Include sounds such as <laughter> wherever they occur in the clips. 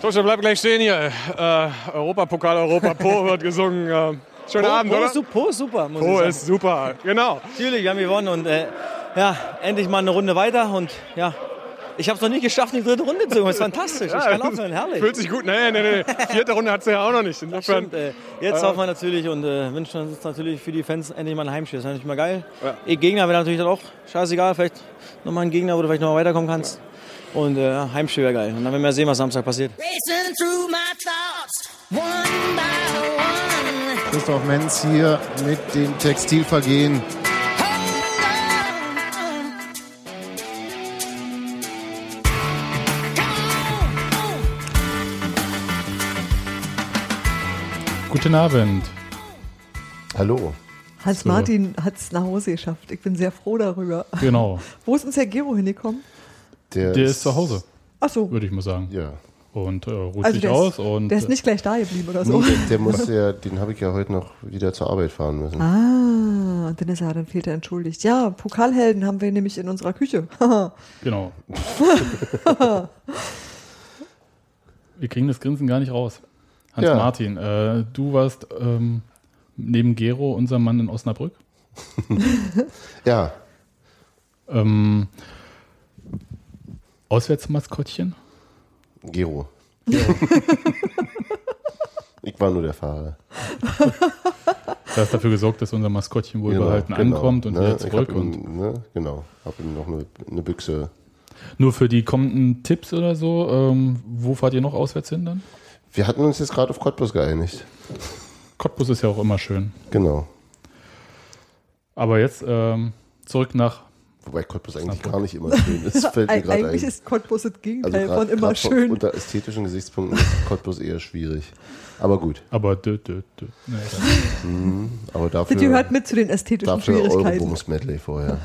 Kuschel, bleib gleich stehen hier. Äh, Europapokal, Europa <laughs> Po wird gesungen. Äh, schönen Po, Abend, po, oder? ist su- po ist super, muss Po ich ist sagen. super, genau. Natürlich, wir haben gewonnen und äh, ja, endlich mal eine Runde weiter und ja, ich habe es noch nicht geschafft, in die dritte Runde zu kommen. Das ist fantastisch. ich kann aufhören, herrlich. Fühlt sich gut. Nee, nee, nee. nee. Vierte Runde hat sie ja auch noch nicht. Insofern, Stimmt, äh, jetzt hoffen wir natürlich und äh, wünschen uns natürlich für die Fans endlich mal ein Heimspiel. Das ist natürlich mal geil. Ja. Eh, Gegner wäre natürlich dann auch scheißegal. Vielleicht nochmal ein Gegner, wo du vielleicht nochmal weiterkommen kannst. Und äh, ja, Heimspiel wäre geil. Und dann werden wir sehen, was Samstag passiert. Racing through my thoughts, one by one. Christoph Menz hier mit dem Textilvergehen. Guten Abend. Hallo. Hans So. Martin hat es nach Hause geschafft. Ich bin sehr froh darüber. Genau. Wo ist denn Sergero hingekommen? Der ist zu Hause, Ach so. würde ich mal sagen. Ja. Und äh, ruht Also sich der, aus ist, und der ist nicht gleich da geblieben oder so. äh, Nee, der, der muss ja, den habe ich ja heute noch wieder zur Arbeit fahren müssen. <laughs> Ah, und dann ist er, dann fehlt er entschuldigt. Ja, Pokalhelden haben wir nämlich in unserer Küche. <laughs> genau. <laughs> Wir kriegen das Grinsen gar nicht raus. Hans Ja. Martin, äh, du warst ähm, neben Gero unser Mann in Osnabrück. Ja, Ähm, Auswärtsmaskottchen? Gero. <laughs> ich war nur der Fahrer. Du hast dafür gesorgt, dass unser Maskottchen Genau, wohlbehalten genau, ankommt und ne, wieder ich zurück. hab Und ihm, ne, genau, habe ihm noch eine, eine Büchse. nur für die kommenden Tipps oder so, ähm, wo fahrt ihr noch auswärts hin dann? Wir hatten uns jetzt gerade auf Cottbus geeinigt. Cottbus ist ja auch immer schön. Genau. Aber jetzt ähm, zurück nach Wobei Cottbus eigentlich gar nicht immer schön <laughs> ist, fällt mir Eig- gerade Eigentlich ein. Also ist Cottbus das Gegenteil grad- von immer grad schön. Unter ästhetischen Gesichtspunkten ist Cottbus eher schwierig. Aber gut, Aber dö, dö, dö. Nee, egal. aber dafür, das gehört mit zu den ästhetischen dafür Schwierigkeiten. Eurobums-Medley vorher.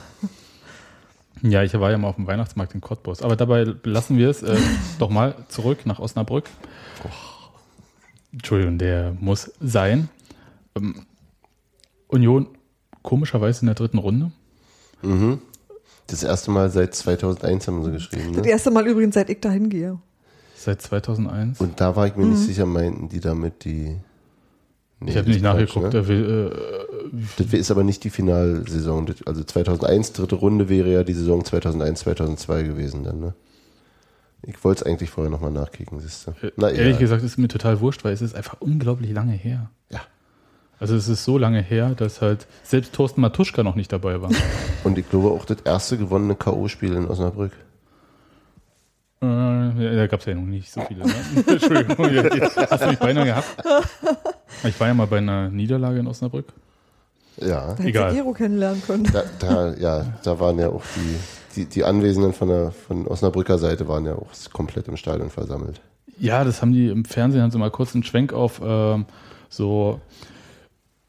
ja, ich war ja mal auf dem Weihnachtsmarkt in Cottbus. Aber dabei lassen wir es äh, doch mal zurück nach Osnabrück. Entschuldigung, der muss sein. Ähm, Union komischerweise in der dritten Runde. Das erste Mal seit 2001 haben sie geschrieben. Das Ne? erste Mal übrigens, seit ich da hingehe. Seit 2001. Und da war ich mir nicht sicher, meinten die damit die. Nee, ich das habe nicht ist Quatsch, nachgeguckt. ne? äh, wir, äh, Das ist aber nicht die Finalsaison. Das- Also 2001, dritte Runde wäre ja die Saison 2001, 2002 gewesen dann, ne? Ich wollte es eigentlich vorher nochmal nachkicken, siehst du. Na, egal. Äh, ehrlich gesagt ist mir total wurscht, weil es ist einfach unglaublich lange her. Ja. Also es ist so lange her, dass halt selbst Thorsten Matuschka noch nicht dabei war. Und ich glaube auch das erste gewonnene K.O.-Spiel in Osnabrück. Äh, ja, da gab es ja noch nicht so viele. Ne? <laughs> Entschuldigung, jetzt hast du mich beinahe gehabt. Ich war ja mal bei einer Niederlage in Osnabrück. Ja. Da hätte Egal. Sergero kennenlernen können. Da, da, ja, da waren ja auch die, die, die Anwesenden von der von Osnabrücker Seite waren ja auch komplett im Stadion versammelt. Ja, das haben die im Fernsehen, haben sie mal kurz einen Schwenk auf ähm, so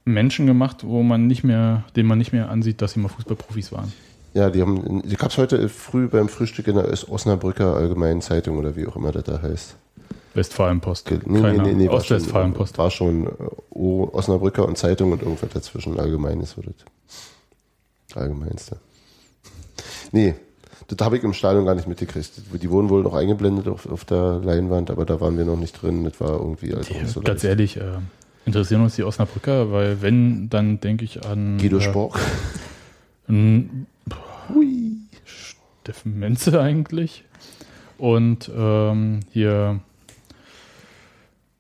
Menschen gemacht, wo man nicht mehr, den man nicht mehr ansieht, dass sie mal Fußballprofis waren. Ja, die haben, die gab es heute früh beim Frühstück in der Ös- Osnabrücker Allgemeinen Zeitung oder wie auch immer das da heißt. Westfalenpost. Ge- Keine Ahnung. war schon- Ostwestfalenpost. War schon äh, O- Osnabrücker und Zeitung und irgendwas dazwischen. Allgemeines wird das. Allgemeinste. Nee, das habe ich im Stadion gar nicht mitgekriegt. Die wurden wohl noch eingeblendet auf, auf der Leinwand, aber da waren wir noch nicht drin. Das war irgendwie also nicht so Ganz leicht. ehrlich, äh, interessieren uns die Osnabrücker, weil wenn, dann denke ich an Guido äh, Spork. Hui. Steffen Menze eigentlich. Und ähm, hier.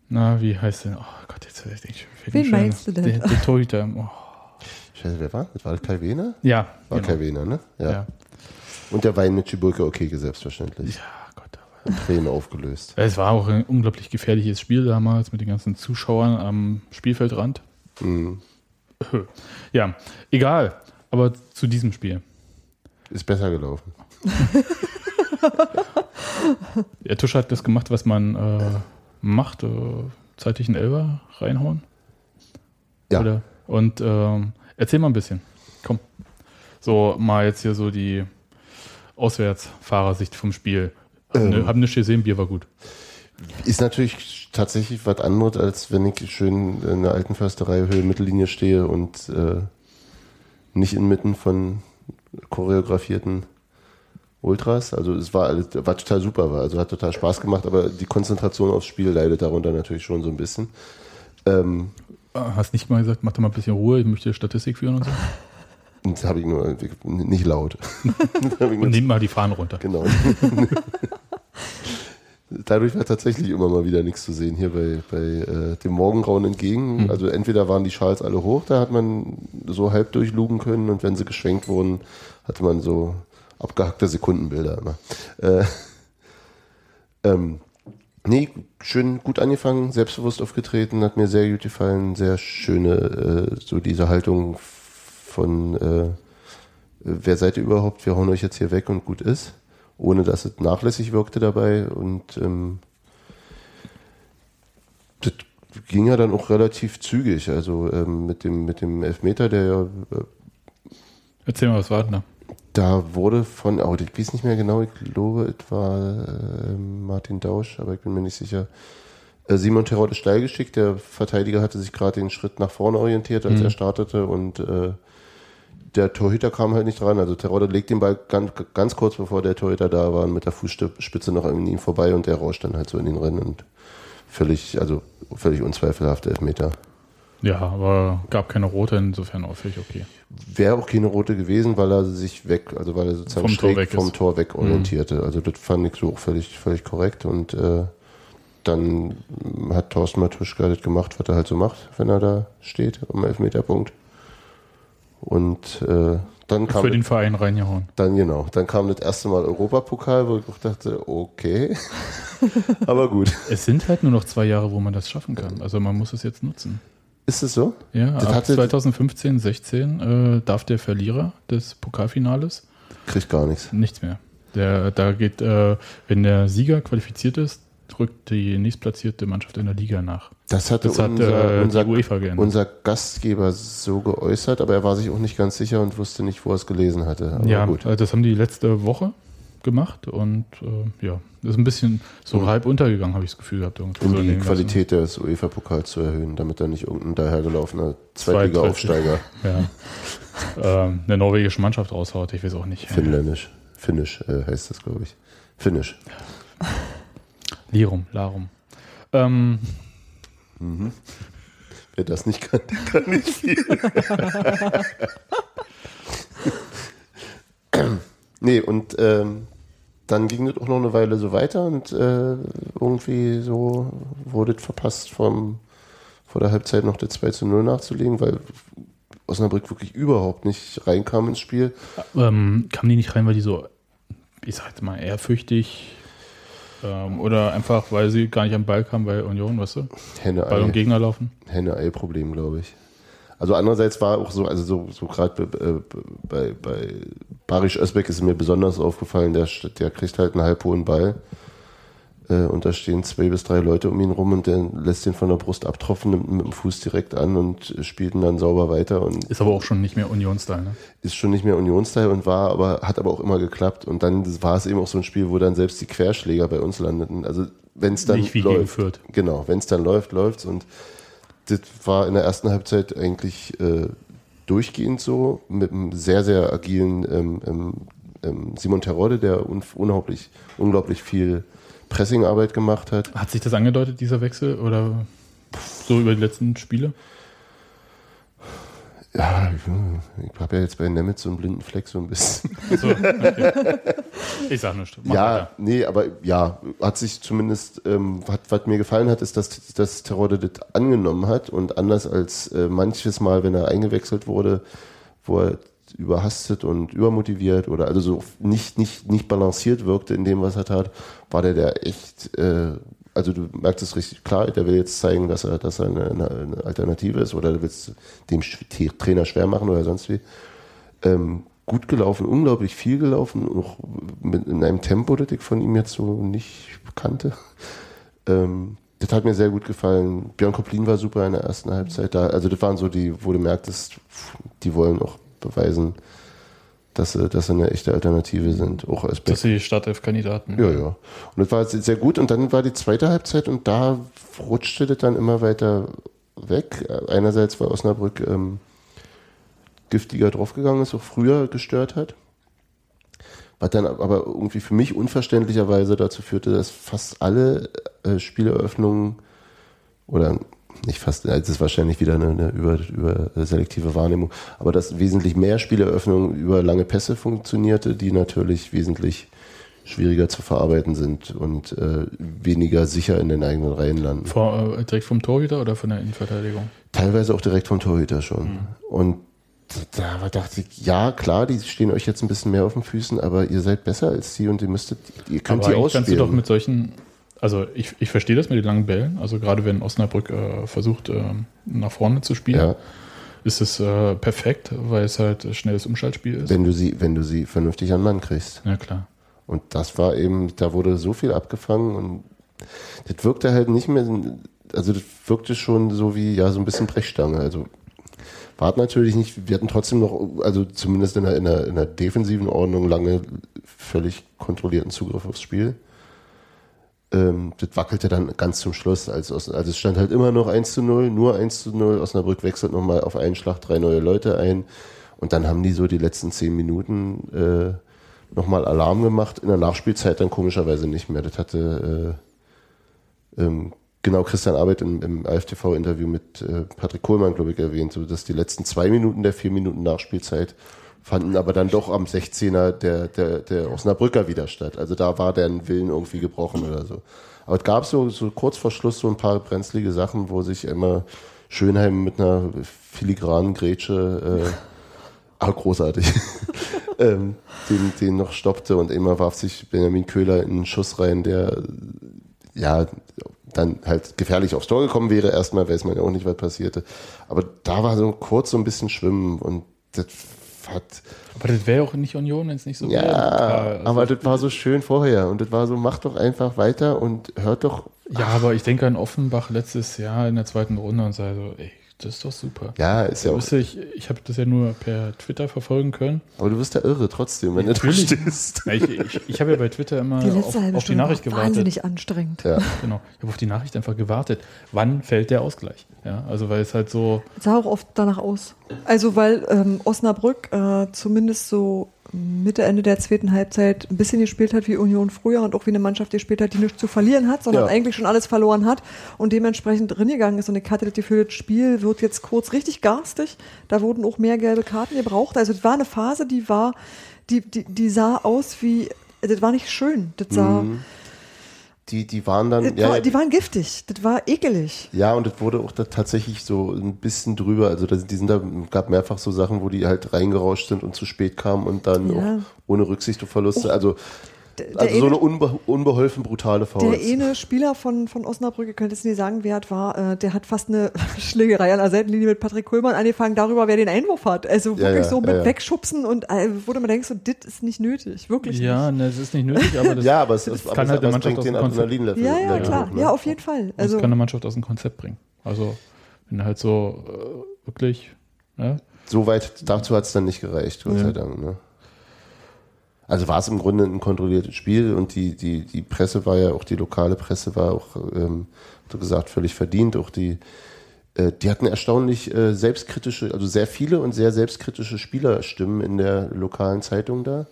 Na, wie heißt denn? Oh Gott, jetzt ich denke ich. Wen meinst du denn? Der, der Torhüter. Oh. Scheiße, wer war? Das war das Kai Wehner? Ja. War genau. Kai Wehner, ne? Ja. Ja. Und der Wein mit Schiburke Okeke selbstverständlich. Ja, Gott. aber- Tränen aufgelöst. Es war auch ein unglaublich gefährliches Spiel damals mit den ganzen Zuschauern am Spielfeldrand. Ja, egal. Aber zu diesem Spiel. Ist besser gelaufen. Der Tusch hat das gemacht, was man äh, macht. Äh, zeitig einen Elber reinhauen. Ja. Oder? Und ähm, erzähl mal ein bisschen. Komm. So, mal jetzt hier so die Auswärtsfahrersicht vom Spiel. Hab, Ähm. ne, hab nichts gesehen, Bier war gut. Ist natürlich tatsächlich was anderes, als wenn ich schön in der alten Försterei Höhe Mittellinie stehe und äh, nicht inmitten von choreografierten Ultras. Also es war, alles- war total super, war. also hat total Spaß gemacht, aber die Konzentration aufs Spiel leidet darunter natürlich schon so ein bisschen. Ähm, Ah, Hast nicht mal gesagt, mach doch mal ein bisschen Ruhe, ich möchte Statistik <laughs> führen und so. und das habe ich nur nicht laut. <laughs> Das hab ich <laughs> nur Und nimm mal die Fahnen runter. Genau. <laughs> Dadurch war tatsächlich immer mal wieder nichts zu sehen hier bei, bei äh, dem Morgengrauen entgegen. Also entweder waren die Schals alle hoch, da hat man so halb durchlugen können und wenn sie geschwenkt wurden, hatte man so abgehackte Sekundenbilder immer. Äh, <laughs> ähm, nee, schön gut angefangen, selbstbewusst aufgetreten, hat mir sehr gut gefallen. Sehr schöne, äh, so diese Haltung von äh, wer seid ihr überhaupt? Wir hauen euch jetzt hier weg und gut ist. Ohne dass es nachlässig wirkte dabei. Und ähm, das ging ja dann auch relativ zügig. Also ähm, mit, dem, mit dem Elfmeter, der ja, äh, Erzähl mal, was war denn da? da wurde von, oh, ich weiß nicht mehr genau, ich glaube, es war äh, Martin Dausch, aber ich bin mir nicht sicher. Äh, Simon Terrott ist steil geschickt, der Verteidiger hatte sich gerade den Schritt nach vorne orientiert, als er startete und äh, der Torhüter kam halt nicht dran. Also Terodde legt den Ball ganz, ganz kurz bevor der Torhüter da war mit der Fußspitze noch an ihm vorbei und der rauscht dann halt so in den Rennen und völlig, also völlig unzweifelhaft Elfmeter. Ja, aber gab keine rote, insofern auch völlig okay. Wäre auch keine rote gewesen, weil er sich weg, also weil er sozusagen Vom Tor schräg weg vom ist. Mhm. Tor weg orientierte. Also das fand ich so auch völlig, völlig korrekt und äh, dann hat Thorsten Matuschka das gemacht, was er halt so macht, wenn er da steht, am Elfmeterpunkt. Und äh, dann kam Für den Verein reingehauen. Dann genau, dann kam das erste Mal Europapokal, wo ich auch dachte, okay, <laughs> aber gut. Es sind halt nur noch zwei Jahre, wo man das schaffen kann. Also man muss es jetzt nutzen. Ist es so? Ja, Das ab hatte- 2015, 16 äh, darf der Verlierer des Pokalfinales Kriegt gar nichts. nichts mehr. Der, da geht, äh, wenn der Sieger qualifiziert ist, drückt die nächstplatzierte Mannschaft in der Liga nach. Das hatte Das hat, unser, äh, die unser, UEFA geändert. unser Gastgeber so geäußert, aber er war sich auch nicht ganz sicher und wusste nicht, wo er es gelesen hatte. Aber ja, gut. äh, das haben die letzte Woche gemacht und äh, ja, das ist ein bisschen so halb untergegangen, habe ich das Gefühl gehabt. Irgendwie Um so in die dem Ganzen. Qualität des UEFA-Pokals zu erhöhen, damit da nicht irgendein dahergelaufener Zweit- Zweitliga-Aufsteiger, Ja. ähm, eine norwegische Mannschaft raushaut, ich weiß auch nicht. Finnländisch, Finnisch äh, heißt das, glaube ich. Finnisch. Lirum, Larum. Ähm, Wer das nicht kann, der kann nicht viel. nee, und ähm, dann ging das auch noch eine Weile so weiter und äh, irgendwie so wurde es verpasst, vom, vor der Halbzeit noch das 2 zu 0 nachzulegen, weil Osnabrück wirklich überhaupt nicht reinkam ins Spiel. ähm, kamen die nicht rein, weil die so, ich sag jetzt mal, ehrfürchtig ähm, oder einfach, weil sie gar nicht am Ball kamen, weil Union, weißt du, Henne Ball und Ei, Gegner laufen. Henne Ei Problem, glaube ich. Also andererseits war auch so, also so, so gerade bei, äh, bei, bei Barisch Özbeck ist mir besonders aufgefallen, der, st- der kriegt halt einen halb hohen Ball äh, und da stehen zwei bis drei Leute um ihn rum und der lässt den von der Brust abtropfen, nimmt ihn mit dem Fuß direkt an und spielt ihn dann sauber weiter und Ist aber auch schon nicht mehr Union-Style, ne? ist schon nicht mehr Unionsteil und war, aber hat aber auch immer geklappt und dann war es eben auch so ein Spiel, wo dann selbst die Querschläger bei uns landeten. Also wenn es dann Nicht wie gegen läuft, Fürth. genau, wenn es dann läuft, läuft's und das war in der ersten Halbzeit eigentlich äh, durchgehend so mit einem sehr sehr agilen ähm, ähm, ähm, Simon Terodde, der un unglaublich unglaublich viel Pressingarbeit gemacht hat. Hat sich das angedeutet, dieser Wechsel? Oder so über die letzten Spiele? Ja, ich habe ja jetzt bei Nemitz so einen blinden Fleck so ein bisschen. Achso, okay. Ich sag nichts. Mach ja, weiter. nee, aber ja, hat sich zumindest, ähm, hat, was mir gefallen hat, ist, dass, dass Terodde das angenommen hat und anders als äh, manches Mal, wenn er eingewechselt wurde, wo er überhastet und übermotiviert oder also so nicht, nicht, nicht balanciert wirkte in dem, was er tat, war der der echt, äh, also du merkst es richtig klar, der will jetzt zeigen, dass er, dass er eine, eine eine Alternative ist oder du willst dem Sch- Trainer schwer machen oder sonst wie ähm, gut gelaufen, unglaublich viel gelaufen, auch mit in einem Tempo, das ich von ihm jetzt so nicht kannte. Ähm, das hat mir sehr gut gefallen. Björn Koplin war super in der ersten Halbzeit da. Also das waren so die, wo du merktest, pff, die wollen auch beweisen, dass sie, dass sie eine echte Alternative sind, auch als Das sind die Startelf-Kandidaten. ja, ja. Und das war jetzt sehr gut. Und dann war die zweite Halbzeit und da rutschte das dann immer weiter weg. Einerseits, weil Osnabrück ähm, giftiger draufgegangen ist, auch früher gestört hat. Was dann aber irgendwie für mich unverständlicherweise dazu führte, dass fast alle äh, Spieleröffnungen oder nicht fast, äh, das ist wahrscheinlich wieder eine, eine über, über äh, selektive Wahrnehmung, aber dass wesentlich mehr Spieleröffnungen über lange Pässe funktionierte, die natürlich wesentlich schwieriger zu verarbeiten sind und äh, weniger sicher in den eigenen Reihen landen. Vor, äh, direkt vom Torhüter oder von der Innenverteidigung? Teilweise auch direkt vom Torhüter schon. Mhm. Und da war- dachte ich, ja, klar, die stehen euch jetzt ein bisschen mehr auf den Füßen, aber ihr seid besser als die und ihr müsstet, ihr könnt die eigentlich kannst du doch ausspielen. mit solchen, also ich, ich verstehe das mit den langen Bällen, also gerade wenn Osnabrück äh, versucht, ähm, nach vorne zu spielen, Ja, ist es äh, perfekt, weil es halt ein schnelles Umschaltspiel ist. wenn du sie, wenn du sie vernünftig an Mann kriegst. Ja, klar. Und das war eben, da wurde so viel abgefangen und das wirkte halt nicht mehr, also das wirkte schon so wie, ja, so ein bisschen Brechstange. Also war es natürlich nicht, wir hatten trotzdem noch, also zumindest in der, in der, in der defensiven Ordnung lange völlig kontrollierten Zugriff aufs Spiel. Ähm, das wackelte dann ganz zum Schluss. Als, Osn- also es stand halt immer noch 1 zu 0, nur 1 zu 0. Osnabrück wechselt nochmal auf einen Schlag drei neue Leute ein. Und dann haben die so die letzten zehn Minuten äh, nochmal Alarm gemacht. In der Nachspielzeit dann komischerweise nicht mehr. Das hatte äh, ähm, genau Christian Arbeit im, im AFTV-Interview mit äh, Patrick Kohlmann, glaube ich, erwähnt, so, dass die letzten zwei Minuten der vier Minuten Nachspielzeit fanden aber dann doch am 16er der, der, der Osnabrücker wieder statt. Also da war deren Willen irgendwie gebrochen oder so. Aber es gab so, so kurz vor Schluss so ein paar brenzlige Sachen, wo sich immer Schönheim mit einer filigranen Grätsche äh, <laughs> Ah, großartig. ähm, den, den noch stoppte und immer warf sich Benjamin Köhler in einen Schuss rein, der äh, ja dann halt gefährlich aufs Tor gekommen wäre. Erstmal weiß man ja auch nicht, was passierte. Aber da war so kurz so ein bisschen Schwimmen und das hat, Aber das wäre auch nicht Union, wenn es nicht so ja, wäre. Also, aber das war so schön vorher und das war so, macht doch einfach weiter und hört doch, ja, aber ich denke an Offenbach letztes Jahr in der zweiten Runde und sage so, ey, das ist doch super. ja, ist ja auch, Wusste ich ich habe das ja nur per Twitter verfolgen können. aber du wirst ja irre trotzdem, wenn du da Natürlich. stehst. Ja, Ich, ich, ich habe ja bei Twitter immer <laughs> Die auf, letzte halbe auf die Stunde Nachricht war gewartet. wahnsinnig anstrengend. Ja. Genau. Ich habe auf die Nachricht einfach gewartet. Wann fällt der Ausgleich? Ja, also weil es halt so, sah auch oft danach aus. Also weil ähm, Osnabrück äh, zumindest so Mitte, Ende der zweiten Halbzeit ein bisschen gespielt hat wie Union früher und auch wie eine Mannschaft gespielt hat, die nichts zu verlieren hat, sondern Ja. eigentlich schon alles verloren hat und dementsprechend dringegangen ist. Und ich hatte das Gefühl, das Spiel wird jetzt kurz richtig garstig. Da wurden auch mehr gelbe Karten gebraucht. Also das war eine Phase, die war, die, die, die sah aus wie, also das war nicht schön. Das sah, Die, die waren dann, das Mhm. ja, war, ja, die waren giftig. Das war ekelig. Ja, und das wurde auch da tatsächlich so ein bisschen drüber. Also das, die sind da, gab mehrfach so Sachen, wo die halt reingerauscht sind und zu spät kamen und dann Ja. Oh. auch ohne Rücksicht auf Verluste. Also, Der also so eine eine- unbe unbeholfen brutale Fouls. Der eine Spieler von, von Osnabrück, ihr könnt jetzt nicht sagen, wer das war, äh, der hat fast eine <laughs> Schlägerei an der Seitenlinie mit Patrick Kohlmann angefangen, darüber, wer den Einwurf hat. Also wirklich ja, so ja, mit ja. wegschubsen und äh, wo du mal denkst, so, das ist nicht nötig, wirklich ja, nicht. ne, es ist nicht nötig, aber das, ja, aber es, ist- kann aber es, halt aber der es Mannschaft bringt aus den dem Konzept. Adrenalinlevel. Ja, ja, Level klar. hoch, ne? Ja, auf jeden Fall. also, Also, das kann eine Mannschaft aus dem Konzept bringen. Also wenn du halt so äh, wirklich, ne? Soweit, dazu hat es dann nicht gereicht, Gott sei Dank. Ne? Also war es im Grunde ein kontrolliertes Spiel und die, die, die Presse war ja, auch die lokale Presse war auch, ähm, so gesagt, völlig verdient. Auch die, äh, die hatten erstaunlich äh, selbstkritische, also sehr viele und sehr selbstkritische Spielerstimmen in der lokalen Zeitung da.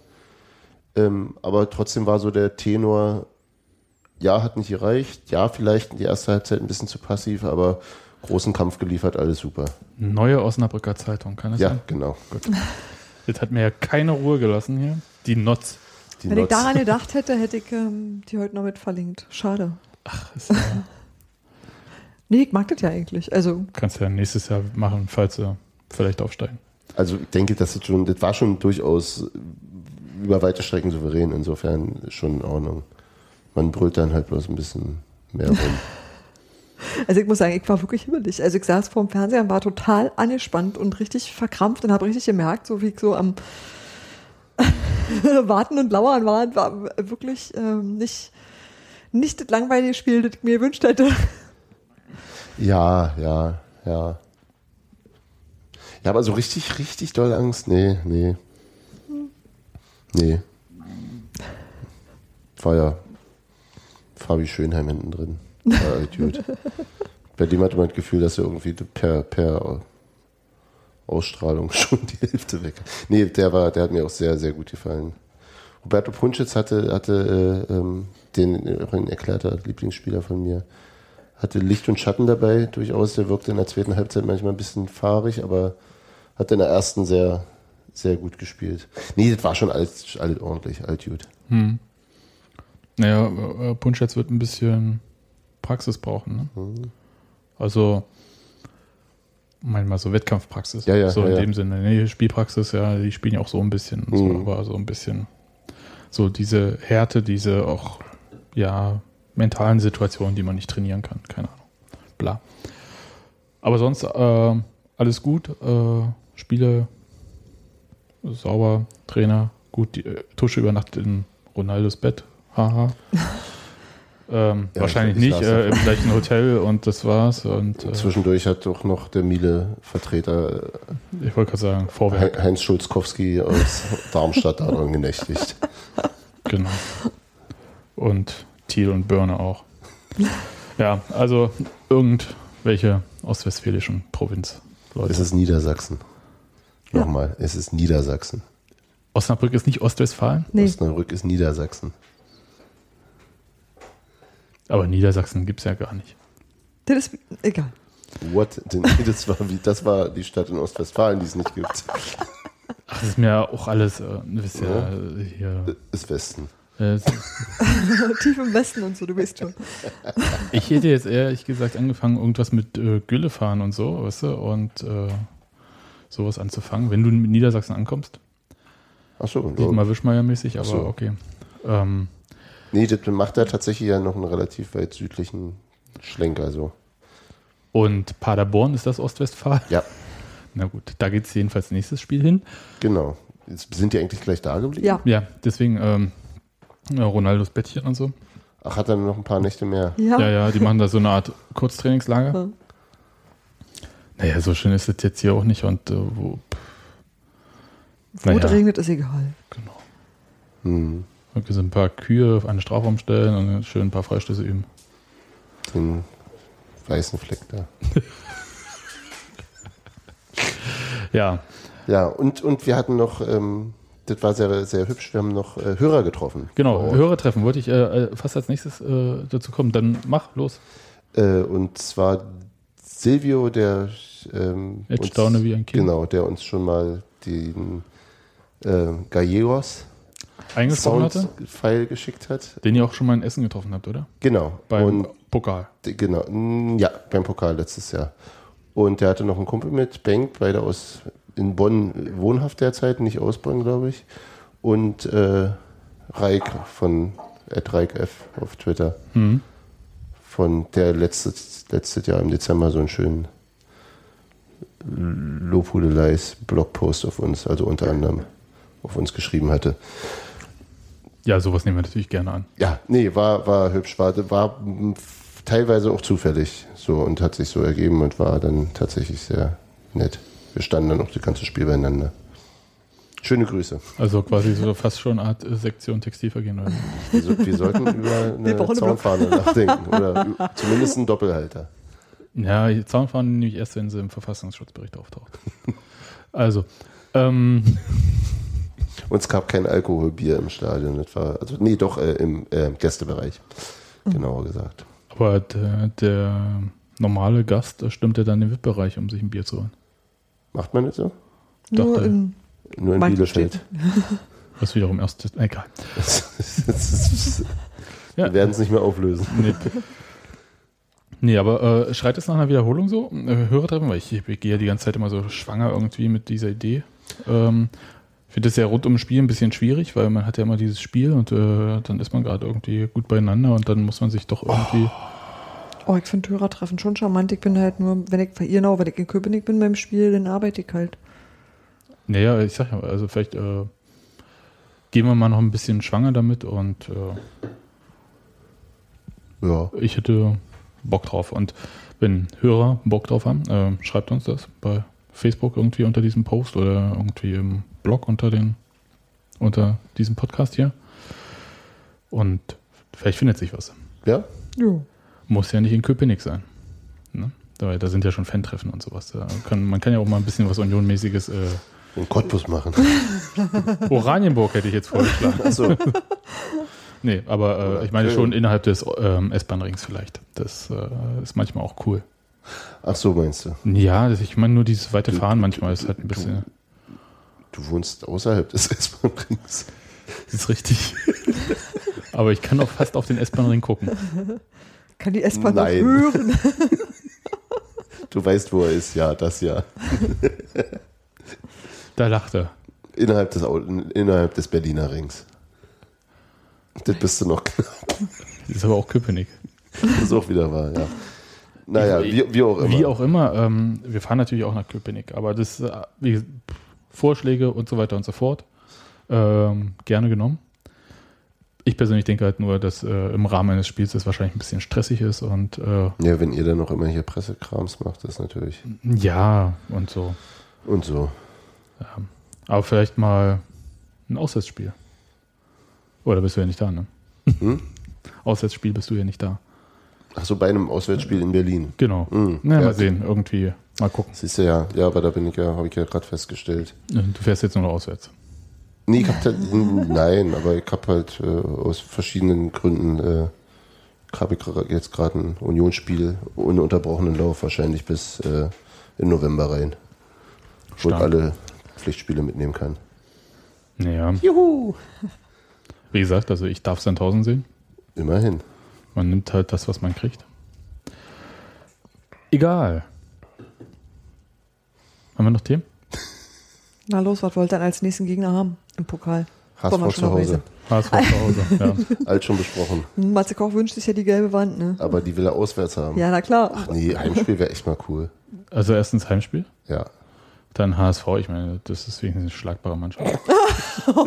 Ähm, aber trotzdem war so der Tenor, ja, hat nicht gereicht, ja, vielleicht die erste Halbzeit ein bisschen zu passiv, aber großen Kampf geliefert, alles super. Neue Osnabrücker Zeitung, kann das Ja, sein? genau. Das hat mir ja keine Ruhe gelassen hier. Die Notz. Die wenn ich Notz. daran gedacht hätte, hätte ich ähm, die heute noch mit verlinkt. Schade. Das äh, Nee, ich mag das ja eigentlich. Also, <laughs> kannst du ja nächstes Jahr machen, falls sie vielleicht aufsteigen. Also ich denke, das, ist schon, das war schon durchaus über weite Strecken souverän, insofern schon in Ordnung. Man brüllt dann halt bloß ein bisschen mehr rum. <laughs> also ich muss sagen, ich war wirklich himmelig. Also ich saß vor dem Fernseher und war total angespannt und richtig verkrampft und habe richtig gemerkt, so wie ich so am <laughs> Warten und Lauern war, war wirklich ähm, nicht, nicht das langweilige Spiel, das ich mir gewünscht hätte. <laughs> ja, ja, ja. Ja, aber so richtig, richtig doll Angst, nee, nee. Nee. War ja Fabi Schönheim hinten drin. War halt gut. Bei dem hatte man das Gefühl, dass er irgendwie per, per <laughs> Ausstrahlung schon die Hälfte weg. Nee, der war, der hat mir auch sehr, sehr gut gefallen. Roberto Punschitz hatte, hatte äh, ähm, den auch ein erklärter Lieblingsspieler von mir, hatte Licht und Schatten dabei durchaus. Der wirkte in der zweiten Halbzeit manchmal ein bisschen fahrig, aber hat in der ersten sehr, sehr gut gespielt. Nee, das war schon alles, alles ordentlich, alles gut. Naja, äh, Punschetz wird ein bisschen Praxis brauchen. Ne? Mhm. Also, manchmal so Wettkampfpraxis. Ja, ja, so ja, in ja. dem Sinne. Nee, Spielpraxis, ja, die spielen ja auch so ein bisschen. und Mhm. So, aber so ein bisschen. So diese Härte, diese auch, ja, mentalen Situationen, die man nicht trainieren kann. Keine Ahnung. Bla. Aber sonst äh, alles gut. Äh, Spiele sauber, Trainer, gut. Die, äh, Tusche übernachtet in Ronaldos Bett. <laughs> Haha. ähm, Ja, wahrscheinlich ich- ich nicht. las Äh, davon. Im gleichen Hotel und das war's. Und äh, Zwischendurch hat doch noch der Miele-Vertreter äh, ich wollte gerade sagen, He- Vorwerk. Heinz Schulzkowski aus Darmstadt daran genächtigt. Genau. Und Thiel und Börne <laughs> auch. Ja, also irgendwelche ostwestfälischen Provinz. Es Leute. ist Niedersachsen. Nochmal, es ist Niedersachsen. Osnabrück ist nicht Ostwestfalen, Nee, Osnabrück ist Niedersachsen. aber Niedersachsen gibt es ja gar nicht. das ist egal. <laughs> What? Denn das war, wie, das war die Stadt in Ostwestfalen, die es nicht gibt. Ach, das ist mir auch alles, äh, das ist ja, äh, hier. Ist Westen. Äh, Tief im Westen und so, du weißt schon. ich hätte jetzt ehrlich gesagt angefangen, irgendwas mit äh, Gülle fahren und so, weißt du, und äh, sowas anzufangen, wenn du in Niedersachsen ankommst. Achso, Sieht mal Wischmeier-mäßig, aber So. okay. Ähm, nee, das macht da tatsächlich ja noch einen relativ weit südlichen Schlenker. Also. und Paderborn ist das Ostwestfalen. <laughs> Ja, Na gut, da geht es jedenfalls nächstes Spiel hin. genau. Jetzt sind die eigentlich gleich da geblieben? Ja, Ja, deswegen ähm, ja, Ronaldos Bettchen und so. Ach, hat er noch ein paar Nächte mehr? ja. Ja, ja, die machen da so eine Art Kurztrainingslager. Ja. Naja, so schön ist es jetzt hier auch nicht und äh, wo, pff, Wo Naja. es regnet, ist egal. genau. Hm. Und wir sind ein paar Kühe auf einen Strafraum stellen und schön ein paar Freistöße üben. Den weißen Fleck da. Ja, Ja, und, und wir hatten noch, ähm, das war sehr, sehr hübsch, wir haben noch äh, Hörer getroffen. genau. Oh. Hörertreffen wollte ich äh, äh, fast als nächstes äh, dazu kommen. Dann mach, los. Äh, und zwar Silvio, der ähm, Jetzt staune wie ein Kind. Genau, der uns schon mal den äh, Gallegos Eingesprochen hatte, Sound-File geschickt hat. den ihr auch schon mal in Essen getroffen habt, oder? Genau. Beim und Pokal. d- genau, mm, ja, beim Pokal letztes Jahr. Und der hatte noch einen Kumpel mit, Bengt, beide aus in Bonn wohnhaft derzeit, nicht aus Bonn, glaube ich. Und äh, Reik von @reikf auf Twitter. Mhm. von der letztes, letztes Jahr im Dezember so einen schönen Lobhudeleis Blogpost auf uns, also unter anderem auf uns geschrieben hatte. Ja, sowas nehmen wir natürlich gerne an. Ja, nee, war, war hübsch, war, war mm, teilweise auch zufällig so und hat sich so ergeben und war dann tatsächlich sehr nett. Wir standen dann auch das ganze Spiel beieinander. Schöne Grüße. Also quasi so fast schon eine Art äh, Sektion Textilvergehen. Oder? so. Wir, so- wir sollten über Wir eine brauchen eine Zaunfahne nachdenken oder ü- zumindest einen Doppelhalter. Ja, die Zaunfahnen nehme ich erst, wenn sie im Verfassungsschutzbericht auftaucht. also, ähm, Und es gab kein Alkoholbier im Stadion. Das war, also, nee, doch äh, im äh, Gästebereich, genauer gesagt. aber der, der normale Gast stimmte dann den VIP-Bereich, um sich ein Bier zu holen. Macht man das so? Nur Dachte. in Nur in manchen Bielefeld. Städten. Was wiederum erst, egal. Das ist- das ist- Ja. Wir werden es nicht mehr auflösen. Nee, nee aber äh, schreit es nach einer Wiederholung so? Äh, Hörertreffen, weil ich, ich gehe ja die ganze Zeit immer so schwanger irgendwie mit dieser Idee. Ähm, ich finde das ja rund ums Spiel ein bisschen schwierig, weil man hat ja immer dieses Spiel und äh, dann ist man gerade irgendwie gut beieinander und dann muss man sich doch irgendwie. Oh, ich finde Hörertreffen schon charmant. Ich bin halt nur, wenn ich bei genau, wenn ich in Köpenick bin beim Spiel, dann arbeite ich halt. Naja, ich sag ja, also vielleicht äh, gehen wir mal noch ein bisschen schwanger damit und äh, Ja. ich hätte Bock drauf. Und wenn Hörer Bock drauf haben, äh, schreibt uns das bei Facebook irgendwie unter diesem Post oder irgendwie im Blog unter den unter diesem Podcast hier. Und vielleicht findet sich was. Ja? Ja. Muss ja nicht in Köpenick sein. Ne? Da, da sind ja schon Fantreffen und sowas. Da kann, man kann ja auch mal ein bisschen was Unionmäßiges äh, In Cottbus machen. Oranienburg hätte ich jetzt vorgeschlagen. Achso, Nee, aber äh, ich meine schon innerhalb des ähm, S-Bahn-Rings vielleicht. Das äh, ist manchmal auch cool. <laughs> ach so meinst du. Ja, das, ich meine nur dieses weite Fahren manchmal ist halt ein bisschen. Du wohnst außerhalb des <laughs> S-Bahn-Rings. Das ist richtig. aber ich kann auch fast auf den S-Bahn-Ring gucken. Kann die S-Bahn noch Nein. hören? Du weißt, wo er ist, ja, das ja. Da lacht er. Innerhalb des, Au- innerhalb des Berliner Rings. Das bist du noch knapp. <laughs> Das ist aber auch Köpenick. Das ist auch wieder wahr, ja. Naja, wie, wie auch immer. Wie auch immer, ähm, wir fahren natürlich auch nach Köpenick, aber das äh, wie, pff, Vorschläge und so weiter und so fort ähm, gerne genommen. Ich persönlich denke halt nur, dass äh, im Rahmen eines Spiels das wahrscheinlich ein bisschen stressig ist und äh, Ja, wenn ihr dann noch immer hier Pressekrams macht, das natürlich. ja und so. Und so. Aber vielleicht mal ein Auswärtsspiel. Oder bist du ja nicht da, ne? <laughs> Auswärtsspiel bist du ja nicht da. Achso, bei einem Auswärtsspiel in Berlin. Genau. Mhm. Na, Ja. Mal sehen, irgendwie. Mal gucken. Siehst du ja, ja, aber da bin ich ja, habe ich ja gerade festgestellt. Du fährst jetzt nur noch auswärts. Nee, ich hab halt, nein, aber ich habe halt äh, aus verschiedenen Gründen äh, habe ich gra- jetzt gerade ein Unionsspiel ohne unterbrochenen Lauf, wahrscheinlich bis äh, in November rein. Wo ich Stark. alle Pflichtspiele mitnehmen kann. Naja. Juhu! Wie gesagt, also ich darf Sandhausen sehen. Immerhin. Man nimmt halt das, was man kriegt. Egal. Haben wir noch Themen? Na los, was wollt ihr denn als nächsten Gegner haben im Pokal? HSV Wollen wir zu noch Hause. HSV zu Hause. Ja. Alt schon besprochen. wissen. Hm, Matze Koch wünscht sich ja die gelbe Wand, ne? Aber die will er auswärts haben. Ja, na klar. Nee, Heimspiel wäre echt mal cool. Also erstens Heimspiel, Ja. dann HSV. Ich meine, das ist wenigstens eine schlagbare Mannschaft.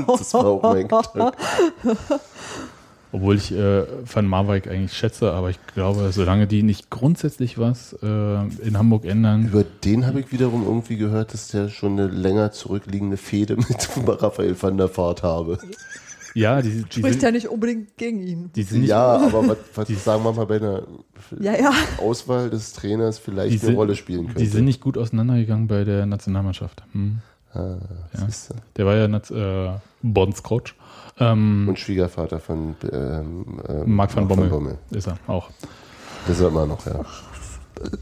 Das war auch mein Gedanke. Obwohl ich äh, Van Marwijk eigentlich schätze, aber ich glaube, solange die nicht grundsätzlich was äh, in Hamburg ändern, Über den habe ich wiederum irgendwie gehört, dass der schon eine länger zurückliegende Fehde mit <laughs> Raphael van der Vaart habe. ja, die, die, Spricht ja sind, nicht unbedingt gegen ihn. die sind nicht ja, aber was, <laughs> was sagen wir mal bei einer Ja, ja. <laughs> Auswahl des Trainers vielleicht Die eine sind- Rolle spielen könnte. Die sind nicht gut auseinandergegangen bei der Nationalmannschaft. Hm. ja. Ah, Siehst du? Der war ja Naz- äh, Bonds-Coach. Ähm, Und Schwiegervater von ähm, ähm, Marc van Bommel. Ist er auch. Das ist er immer noch, ja.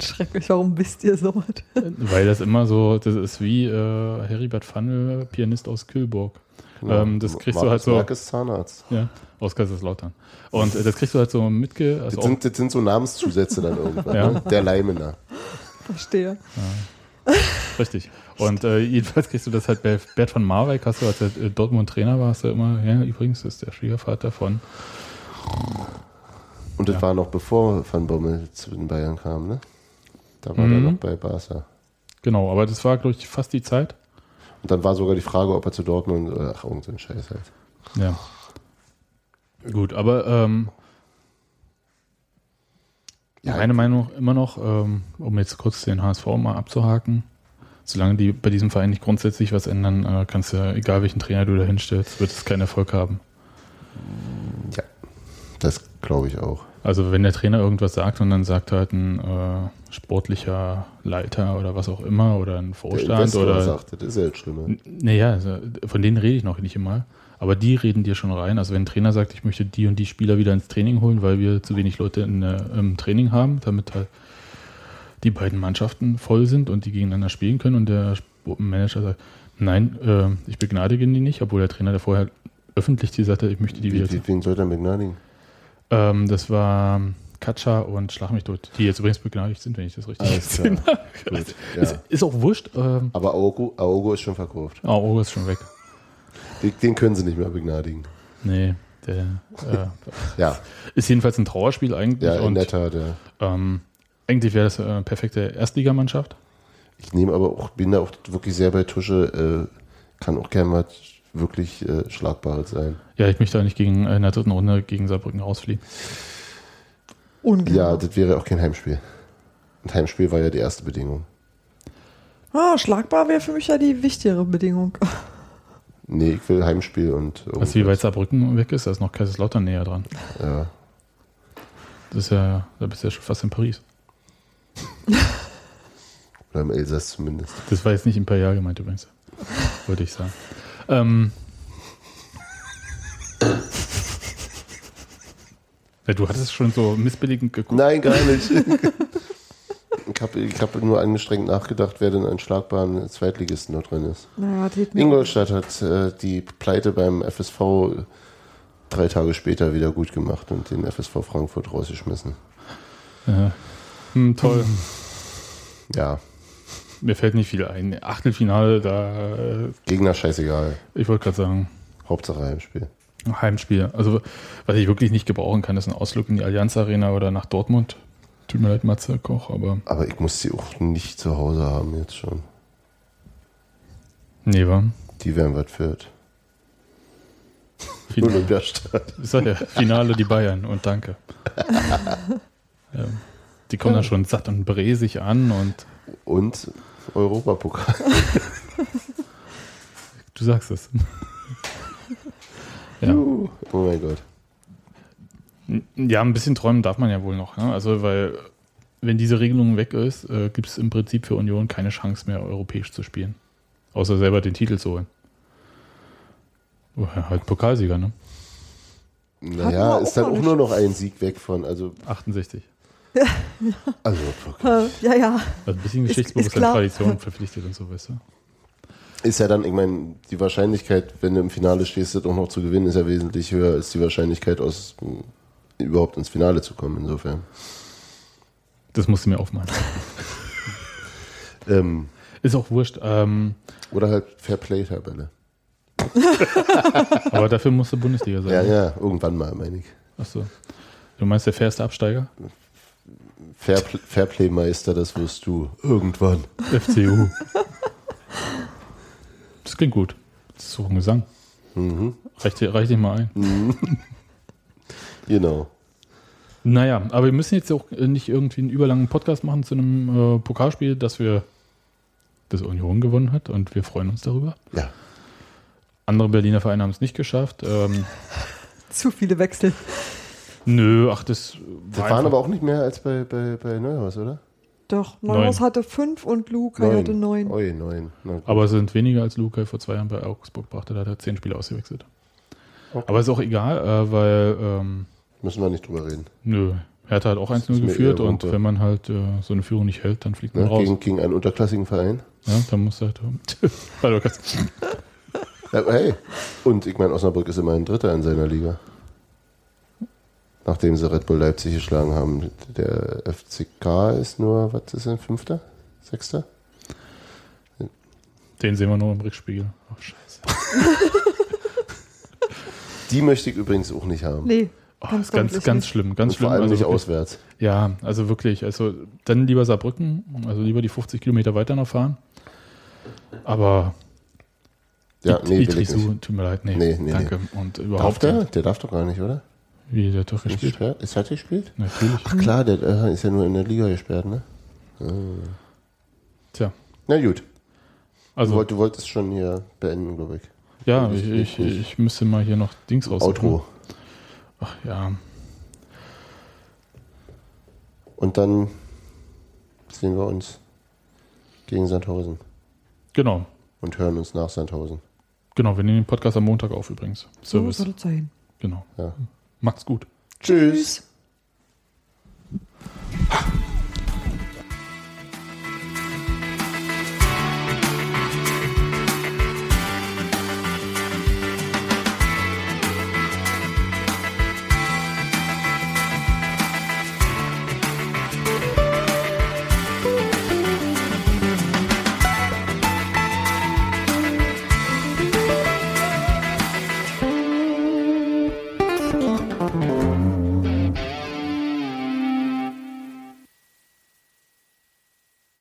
Schrecklich, warum wisst ihr so was? <laughs> Weil das immer so, das ist wie äh, Heribert Pfanne, Pianist aus Kühlburg. Ähm, das kriegst du halt Genau. Markus so. Merck ist Zahnarzt. Ja, aus Kaiserslautern. Und äh, das kriegst du halt so mitge. Also Das auch, sind, das sind so Namenszusätze dann irgendwann. <laughs> Ja. Ne? Der Leimener. Verstehe. richtig. Und äh, jedenfalls kriegst du das halt bei Bert von Marwijk, hast du, als er äh, Dortmund-Trainer war, hast du immer, ja, übrigens ist der Schwiegervater von. Und das war noch bevor Van Bommel zu den Bayern kam, ne? Da war er Mhm. noch bei Barca. Genau, aber das war, glaube ich, fast die Zeit. Und dann war sogar die Frage, ob er zu Dortmund oder ach, irgendein Scheiß halt. Ja. Gut, aber ähm, Ja, meine Meinung immer noch, ähm, um jetzt kurz den HSV mal abzuhaken, solange die bei diesem Verein nicht grundsätzlich was ändern, äh, kannst du, egal welchen Trainer du da hinstellst, wird es keinen Erfolg haben. Ja, das glaube ich auch. Also wenn der Trainer irgendwas sagt und dann sagt halt ein äh, sportlicher Leiter oder was auch immer oder ein Vorstand Investor oder sagt, das ist ja das Schlimme. Naja, also von denen rede ich noch nicht mal. Aber die reden dir schon rein. Also wenn ein Trainer sagt, ich möchte die und die Spieler wieder ins Training holen, weil wir zu wenig Leute in, äh, im Training haben, damit halt die beiden Mannschaften voll sind und die gegeneinander spielen können und der Sp- Manager sagt, nein, äh, ich begnadige die nicht, obwohl der Trainer da vorher öffentlich gesagt hat, ich möchte die wieder. Wie, wie, wen sollte er begnadigen? Ähm, das war Katscha und Schlag mich tot, die jetzt übrigens begnadigt sind, wenn ich das richtig Alles gesehen klar. habe. Also, Gut, Ist, ja. ist auch wurscht. Ähm, Aber Aogo, Aogo ist schon verkauft. oh, Ogo ist schon weg. Den, den können sie nicht mehr begnadigen. Nee, der äh, Ja, Ist jedenfalls ein Trauerspiel eigentlich. ja in und der Tat. Ja. ähm, eigentlich wäre das äh, perfekte Erstligamannschaft. Ich nehme aber auch, bin da auch wirklich sehr bei Tusche, äh, kann auch gerne mal wirklich äh, Schlagbares sein. Ja, ich möchte da nicht gegen, äh, in der dritten Runde gegen Saarbrücken rausfliegen. Unglaublich. Ja, das wäre auch kein Heimspiel. Und Heimspiel war ja die erste Bedingung. Ah, schlagbar wäre für mich ja die wichtigere Bedingung. <laughs> Nee, ich will Heimspiel und um, Weißt du, wie weit Saarbrücken weg ist? Da ist noch Kaiserslautern näher dran. ja. Das ist ja, da bist du ja schon fast in Paris. Oder im Elsass zumindest. Das war jetzt nicht imperial gemeint übrigens. wollte ich sagen. Ähm. Ja, du hattest schon so missbilligend geguckt. Nein, gar nicht. ich habe ich hab nur angestrengt nachgedacht, wer denn an schlagbaren Zweitligisten dort drin ist. Naja, Athleten- Ingolstadt hat äh, die Pleite beim FSV äh, drei Tage später wieder gut gemacht und den FSV Frankfurt rausgeschmissen. Ja. Hm, toll. Ja, Mir fällt nicht viel ein. Achtelfinale, da. äh, Gegner scheißegal. Ich wollte gerade sagen, Hauptsache Heimspiel. ein Heimspiel. Also, was ich wirklich nicht gebrauchen kann, ist ein Ausflug in die Allianz Arena oder nach Dortmund. Tut mir leid, Matze Koch, aber. Aber ich muss die auch nicht zu Hause haben jetzt schon. Nee, war. Die wären was <laughs> führt. Finale. Olympiastadt. Ich sag ja, Finale die Bayern und <laughs> danke. ja. Die kommen dann schon satt und bresig an und Und Europapokal. du sagst es. <laughs> ja. Oh mein Gott. ja, ein bisschen träumen darf man ja wohl noch. Ne? Also, weil, wenn diese Regelung weg ist, äh, gibt es im Prinzip für Union keine Chance mehr, europäisch zu spielen. Außer selber den Titel zu holen. Oh, ja, halt Pokalsieger, ne? Naja, wir ist dann auch noch auch nur noch ein Sieg weg von. Also, 68. also wirklich. Äh, ja, ja. Also ein bisschen Ist- ist Geschichtsbewusstsein, klar. Tradition verpflichtet und so, weißt du? Ist ja dann, ich meine, die Wahrscheinlichkeit, wenn du im Finale stehst, das auch noch zu gewinnen, ist ja wesentlich höher als die Wahrscheinlichkeit, aus mh, überhaupt ins Finale zu kommen, insofern. Das musst du mir <laughs> aufmalen. Ähm, Ist auch wurscht. Ähm, oder halt Fairplay-Tabelle. aber dafür musst du Bundesliga sein. Ja, ja, irgendwann mal, meine ich. Achso. Du meinst der fairste Absteiger? Fairpl- Fairplay-Meister, das wirst du irgendwann. FCU. Das klingt gut. Das ist so ein Gesang. Mhm. Reicht, dir- reicht dich mal ein. Genau. Naja, aber wir müssen jetzt auch äh, nicht irgendwie einen überlangen Podcast machen zu einem äh, Pokalspiel, dass wir das Union gewonnen hat und wir freuen uns darüber. Ja. Andere Berliner Vereine haben es nicht geschafft. Ähm, Zu viele Wechsel. nö, ach, das, Das waren aber auch nicht mehr als bei, bei, bei Neuhaus, oder? Doch, Neuhaus Neun. hatte fünf und Luca hatte neun. Oi, neun. Na gut. Aber es sind weniger als Luca vor zwei Jahren bei Augsburg brachte, da hat er zehn Spiele ausgewechselt. Aber ist auch egal, äh, weil ähm, Müssen wir nicht drüber reden. Nö. Hertha hat auch 1-0 mir geführt eher und Wumpe. wenn man halt äh, so eine Führung nicht hält, dann fliegt man Ne? raus. Gegen, gegen einen unterklassigen Verein. Ja, dann muss halt. <laughs> weil du kannst, Ja, hey. Und ich meine, Osnabrück ist immerhin Dritter in seiner Liga. Nachdem sie Red Bull Leipzig geschlagen haben. Der FCK ist nur, was ist denn, Fünfter? Sechster? den sehen wir nur im Rückspiegel. Oh, scheiße. Die möchte ich übrigens auch nicht haben. Nee, Oh, ganz, ganz, ganz, deutlich ganz nicht. schlimm, ganz Und schlimm. vor allem also nicht wirklich- auswärts. Ja, also wirklich. Also dann lieber Saarbrücken, also lieber die 50 Kilometer weiter noch fahren. Aber Ja, nee, will ich nicht. Idrisu, tut mir leid, nee, Nee, nee, danke. Und Darf überhaupt, der? Der darf doch gar nicht, oder? wie der Türke Nicht spielt. gesperrt? Ist er gespielt? Natürlich. Ach klar, der äh, ist ja nur in der Liga gesperrt, ne? Tja, Na gut. Du, also wollt, du wolltest schon hier beenden, glaube ich. ja, ich, ich, ich müsste mal hier noch Dings raus. Outro. Ach ja, Und dann sehen wir uns gegen Sandhausen genau. und hören uns nach Sandhausen. Genau, wir nehmen den Podcast am Montag auf übrigens. So Service. soll es sein. Genau. Ja. Macht's gut. Tschüss.